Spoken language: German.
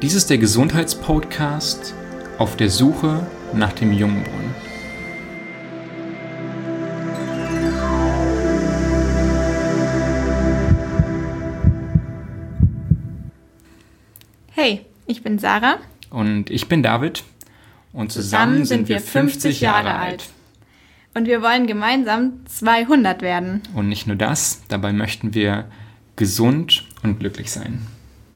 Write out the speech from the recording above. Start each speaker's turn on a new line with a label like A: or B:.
A: Dies ist der Gesundheitspodcast auf der Suche nach dem Jungbrunnen.
B: Hey, ich bin Sarah.
A: Und ich bin David und zusammen, sind wir 50 Jahre alt.
B: Und wir wollen gemeinsam 200 werden.
A: Und nicht nur das, dabei möchten wir gesund und glücklich sein.